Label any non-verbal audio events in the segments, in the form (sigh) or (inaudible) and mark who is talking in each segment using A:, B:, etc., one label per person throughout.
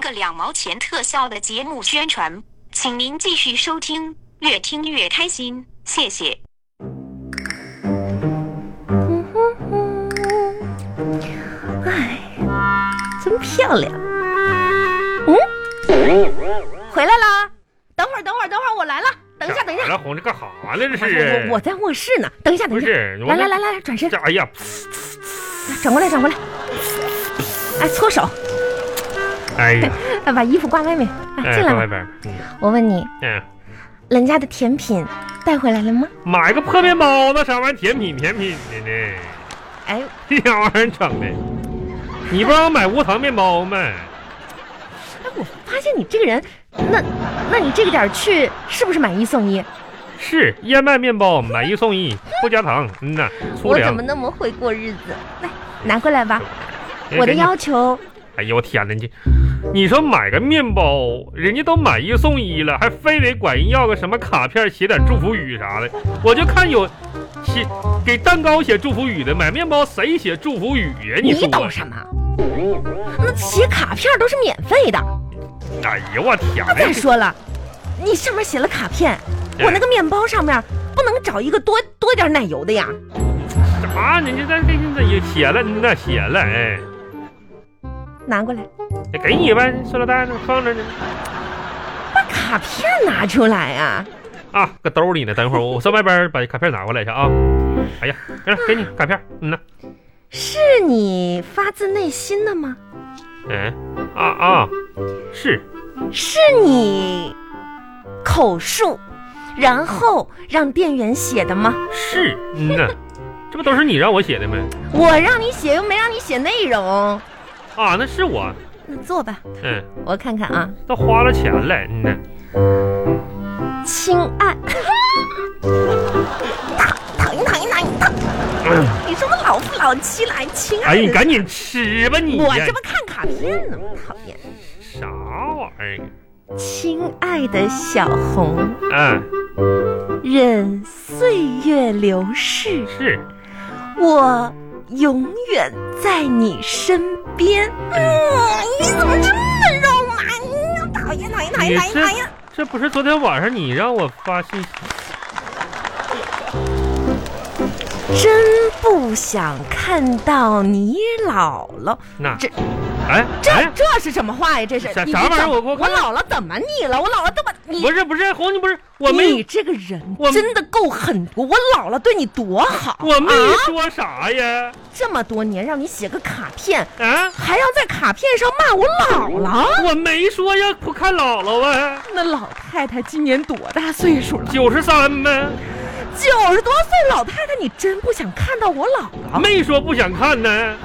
A: 个两毛钱特效的节目宣传，请您继续收听，越听越开心，谢谢。
B: 嗯哼哼，哎，真漂亮。嗯，回来啦！等会儿，等会儿，等会儿，我来了。等一下，等一下，
C: 了，红着干哈呢？这
B: 我
C: 是
B: 我我在卧室呢。等一下，等
C: 不
B: 一下。
C: 是？
B: 来来来，来，转身
C: 这，哎呀，
B: 转过来，转过来。哎，搓手，
C: 哎呀，
B: 哎，把衣服挂外面。哎，
C: 哎，
B: 进来
C: 到
B: 吧
C: 外。边，嗯
B: 我问你，
C: 嗯，
B: 人家的甜品带回来了吗？
C: 买个破面包子啥玩意儿，甜品甜品的呢，
B: 哎，
C: 这家玩意儿整的，你不让我买无糖面包吗？
B: 哎我发现你这个人，那，那你这个点儿去是不是买一送一？
C: 是燕麦面包，买一送一，不加糖。嗯呐，粗
B: 我怎
C: 粮
B: 么。那么会过日子？来，拿过来吧。
C: 哎
B: 我的。
C: 给
B: 要求，
C: 你哎呦我天哪，你你说买个面包，人家都买一送一了，还非得管人要个什么卡片，写点祝福语啥的。我就看有写给蛋糕写祝福语的，买面包谁写祝福语呀？
B: 你
C: 哎说
B: 懂什么？那写卡片都是免费的。
C: 哎哎呀，我天哪！
B: 再说了，你上面写了卡片，我那个面包上面不能找一个多多点奶油的呀。
C: 啥？人家在这这也写了，嗯呐，写了，哎，
B: 拿过来，
C: 给你呗，塑料袋呢，放着呢。
B: 把卡片拿出来啊！
C: 啊，搁兜里呢。等一会儿我我上外边把卡片拿过来一下啊。哎呀，来给你卡片，嗯呐，
B: 是你发自内心的吗？
C: 哎，啊啊，是
B: 是你口述，然后让店员写的吗？
C: 是，嗯呐，这不都是你让我写的吗？
B: 我让你写又没让你写内容。
C: 啊，那是我，
B: 那坐吧，
C: 嗯，
B: 我看看啊，
C: 都花了钱了，嗯呐，
B: 亲爱。讨厌讨厌讨厌讨厌！ (laughs)
C: 嗯
B: 你这么老夫老妻了，还亲爱
C: 哎
B: 的。
C: 呀，你赶紧吃吧你呀，哎
B: 我这不看卡片呢吗？讨厌！
C: 啥玩意儿？
B: 亲爱的小红，
C: 嗯，
B: 任岁月流逝，
C: 是，
B: 我永远在你身边。嗯，你怎么这么肉麻？嗯讨厌讨厌讨
C: 你
B: 厌讨厌
C: 这
B: 讨厌！
C: 这不是昨天晚上你让我发信息？
B: 真不想看到你老了。
C: 那
B: 这
C: 哎
B: 这
C: 哎，
B: 这是什么话呀？这是
C: 啥
B: 你
C: 啥玩意儿
B: 怎么
C: 我给我
B: 我
C: 看看
B: 老了怎么你了？我老了怎么你
C: 不是不是，红你不是，我
B: 你
C: 没
B: 这个人
C: 我
B: 真的够狠毒，我老了对你多好。
C: 我没
B: 啊
C: 说啥呀，
B: 这么多年让你写个卡片，
C: 啊。
B: 还要在卡片上骂我老了。
C: 我没说呀，不看姥姥啊，
B: 那老太太今年多大岁数了？
C: 九十三呗，
B: 九十多岁老太太，你真不想看到我老了？
C: 没说不想看呢。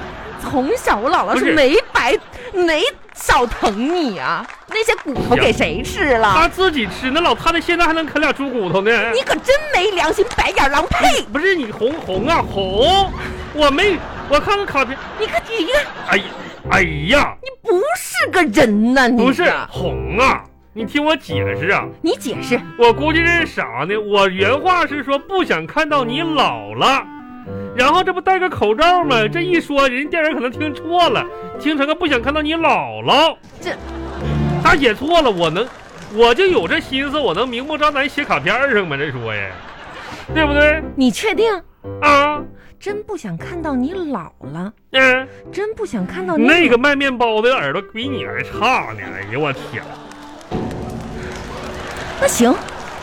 B: 从小我姥姥
C: 不
B: 是
C: 是
B: 没白没少疼你啊，那些骨头
C: 呀
B: 给谁吃了
C: 她？自己吃，那老太太现在还能啃俩猪骨头呢。
B: 你可真没良心，白眼狼！呸！
C: 不是你红红啊红，我没，我看看卡片，
B: 你可你看，
C: 哎呀，哎呀，
B: 你不是个人呐、你
C: 不是
B: 呀
C: 红啊。你听我解释啊，
B: 你解释，
C: 我估计这是啥呢？我原话是说不想看到你老了，然后这不戴个口罩吗？这一说，人店员可能听错了，听成个不想看到你姥姥。
B: 这
C: 他写错了，我能，我就有这心思，我能明目张胆写卡片上吗？这说呀，对不对？
B: 你确定？
C: 啊，
B: 真不想看到你老了，
C: 嗯、
B: 真不想看到你
C: 那个卖面包的耳朵比你还差呢。哎呀，我天！
B: 那行，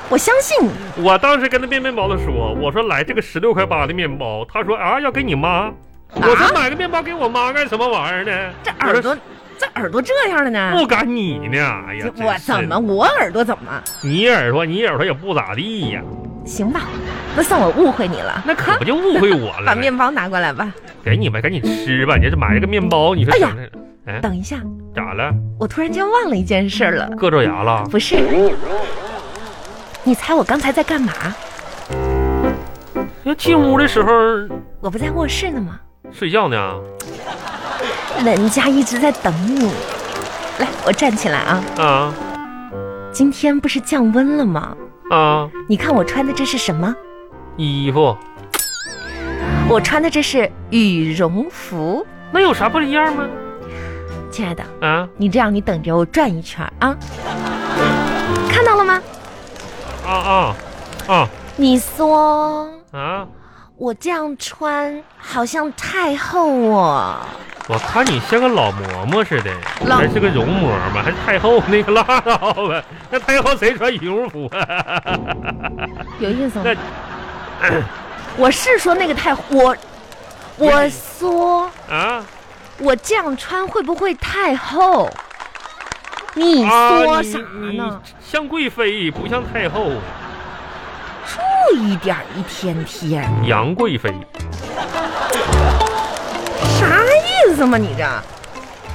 B: 我相信你。
C: 我当时跟那面面包的说，我说来这个十六块八的面包，他说啊要给你妈。我说买个面包给我妈干什么玩意儿呢？
B: 这耳朵，这耳朵这样了
C: 我
B: 呢？
C: 说不赶你呢！哎呀，真
B: 我
C: 是
B: 怎么？我耳朵怎么？
C: 你耳朵，你耳朵也不咋地呀，
B: 行吧，那算我误会你了。
C: 那可不就误会我
B: (laughs)
C: 了
B: 把
C: 吗？
B: 面包拿过来吧。
C: 给你吧，赶紧吃吧。你这买了个面包，你说
B: 哎呀
C: 整的哎
B: 等一下，
C: 咋了？
B: 我突然间忘了一件事儿了。
C: 硌着牙了？
B: 不是，你猜我刚才在干嘛？
C: 要哎进屋的时候
B: 我不在卧室呢吗？
C: 睡觉呢？
B: 人家一直在等你。来，我站起来啊！
C: 啊
B: 今天不是降温了吗？
C: 啊，
B: 你看我穿的这是什么？
C: 衣服
B: 我穿的这是羽绒服。
C: 那有啥不一样吗？
B: 亲爱的，
C: 啊
B: 你这样你等着我转一圈啊，看到了吗？
C: 啊啊啊
B: 你说
C: 啊！
B: 我这样穿好像太厚哦。
C: 我看你像个老嬷嬷似的，
B: 老
C: 还是个容嬷嬷，还太后那个拉倒吧，那太后谁穿羽绒服啊？
B: 有意思吗
C: 那？呃
B: 我是说那个太我，我说
C: 啊
B: 我这样穿会不会太厚？你
C: 啊！
B: 说
C: 你
B: 啥呢
C: 你？像贵妃不像太后，
B: 不一点儿一天天，
C: 杨贵妃。
B: 啥意思嘛？你这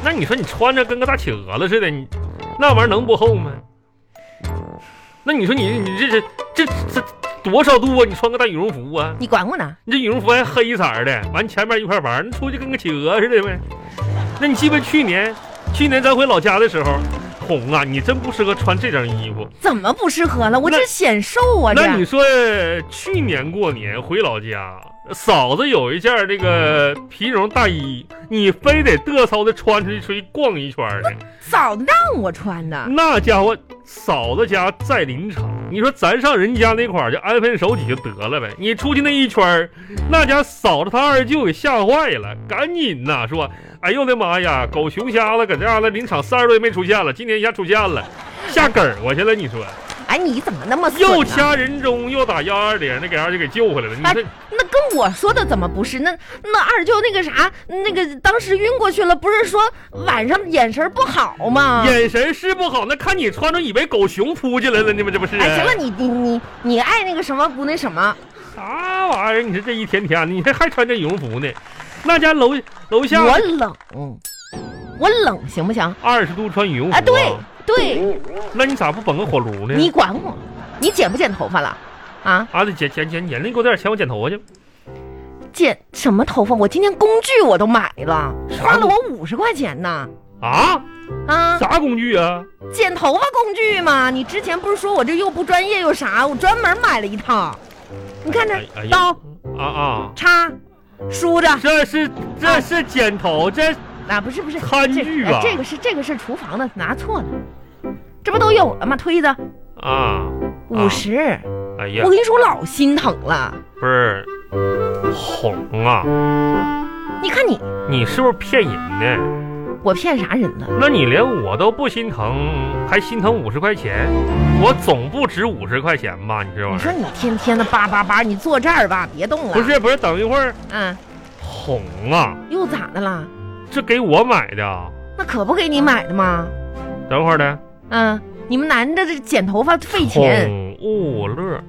C: 那你说你穿着跟个大企鹅了似的，你那玩意儿能不厚吗？那你说你你这这这这多少度啊？你穿个大羽绒服啊？
B: 你管我呢？
C: 你这羽绒服还黑色儿的，完前面一块白儿，那出去跟个企鹅似的呗。那你记不记得去年，去年咱回老家的时候，红啊，你真不适合穿这身衣服。
B: 怎么不适合了？我
C: 那
B: 这显瘦啊！
C: 那
B: 这
C: 你说去年过年回老家，嫂子有一件这个皮绒大衣，你非得嘚瑟的穿出去出去逛一圈儿去。
B: 嫂子让我穿的，
C: 那家伙，嫂子家在林场，你说咱上人家那块儿就安分守己就得了呗。你出去那一圈儿，那家嫂子她二舅给吓坏了，赶紧呐说，哎呦我的妈呀，狗熊瞎了，搁这旮旯林场三十多年没出现了，今天一下出现了，吓梗儿过去了。你说
B: 哎，你怎么那么损
C: 又
B: 呢？
C: 掐人中又打幺二零，那给二舅给救回来了。你这
B: 那跟我说的怎么不是？那那二舅那个啥，那个当时晕过去了，不是说晚上眼神不好吗？
C: 眼神是不好，那看你穿着以为狗熊扑进来了，你们这不是？
B: 哎，行了，你你你你爱那个什么不那什么，
C: 啥玩意儿？你说这一天天的，你这还穿这羽绒服呢？那家楼楼下
B: 我冷，我冷行不行？
C: 二十度穿羽绒服
B: 啊，对对，
C: 那你咋不绑个火炉呢？
B: 你管我，你剪不剪头发了？啊，
C: 啊，得剪剪剪剪，那你给我带点钱，我剪头发去。
B: 剪什么头发？我今天工具我都买了，
C: 啥
B: 花了
C: 工
B: 我五十块钱呢。
C: 啊？
B: 啊，
C: 啥工具啊？
B: 剪头发工具嘛，你之前不是说我这又不专业又啥？我专门买了一套，你看这
C: 哎哎呀
B: 刀、
C: 啊啊！
B: 叉、梳子，
C: 这是这是剪头，这
B: 啊，不是不是，
C: 餐具
B: 这
C: 啊
B: 哎这个是这个是厨房的，拿错了，这不都有了吗？推子
C: 啊
B: 五。十、
C: 啊哎呀
B: 我，跟你说，我老心疼了。
C: 不是红啊，
B: 你看你，
C: 你是不是骗人呢？
B: 我骗啥人了？
C: 那你连我都不心疼，还心疼五十块钱？我总不值五十块钱吧？你这
B: 你
C: 玩意
B: 说
C: 儿
B: 你天天的叭叭叭，你坐这儿吧，别动了。
C: 不，是不是，等一会儿
B: 嗯，
C: 红啊，
B: 又咋的啦？
C: 这给我买的啊，
B: 那可不给你买的吗？
C: 等会儿呢。
B: 嗯，你们男的这剪头发费钱，
C: 哦宠物乐，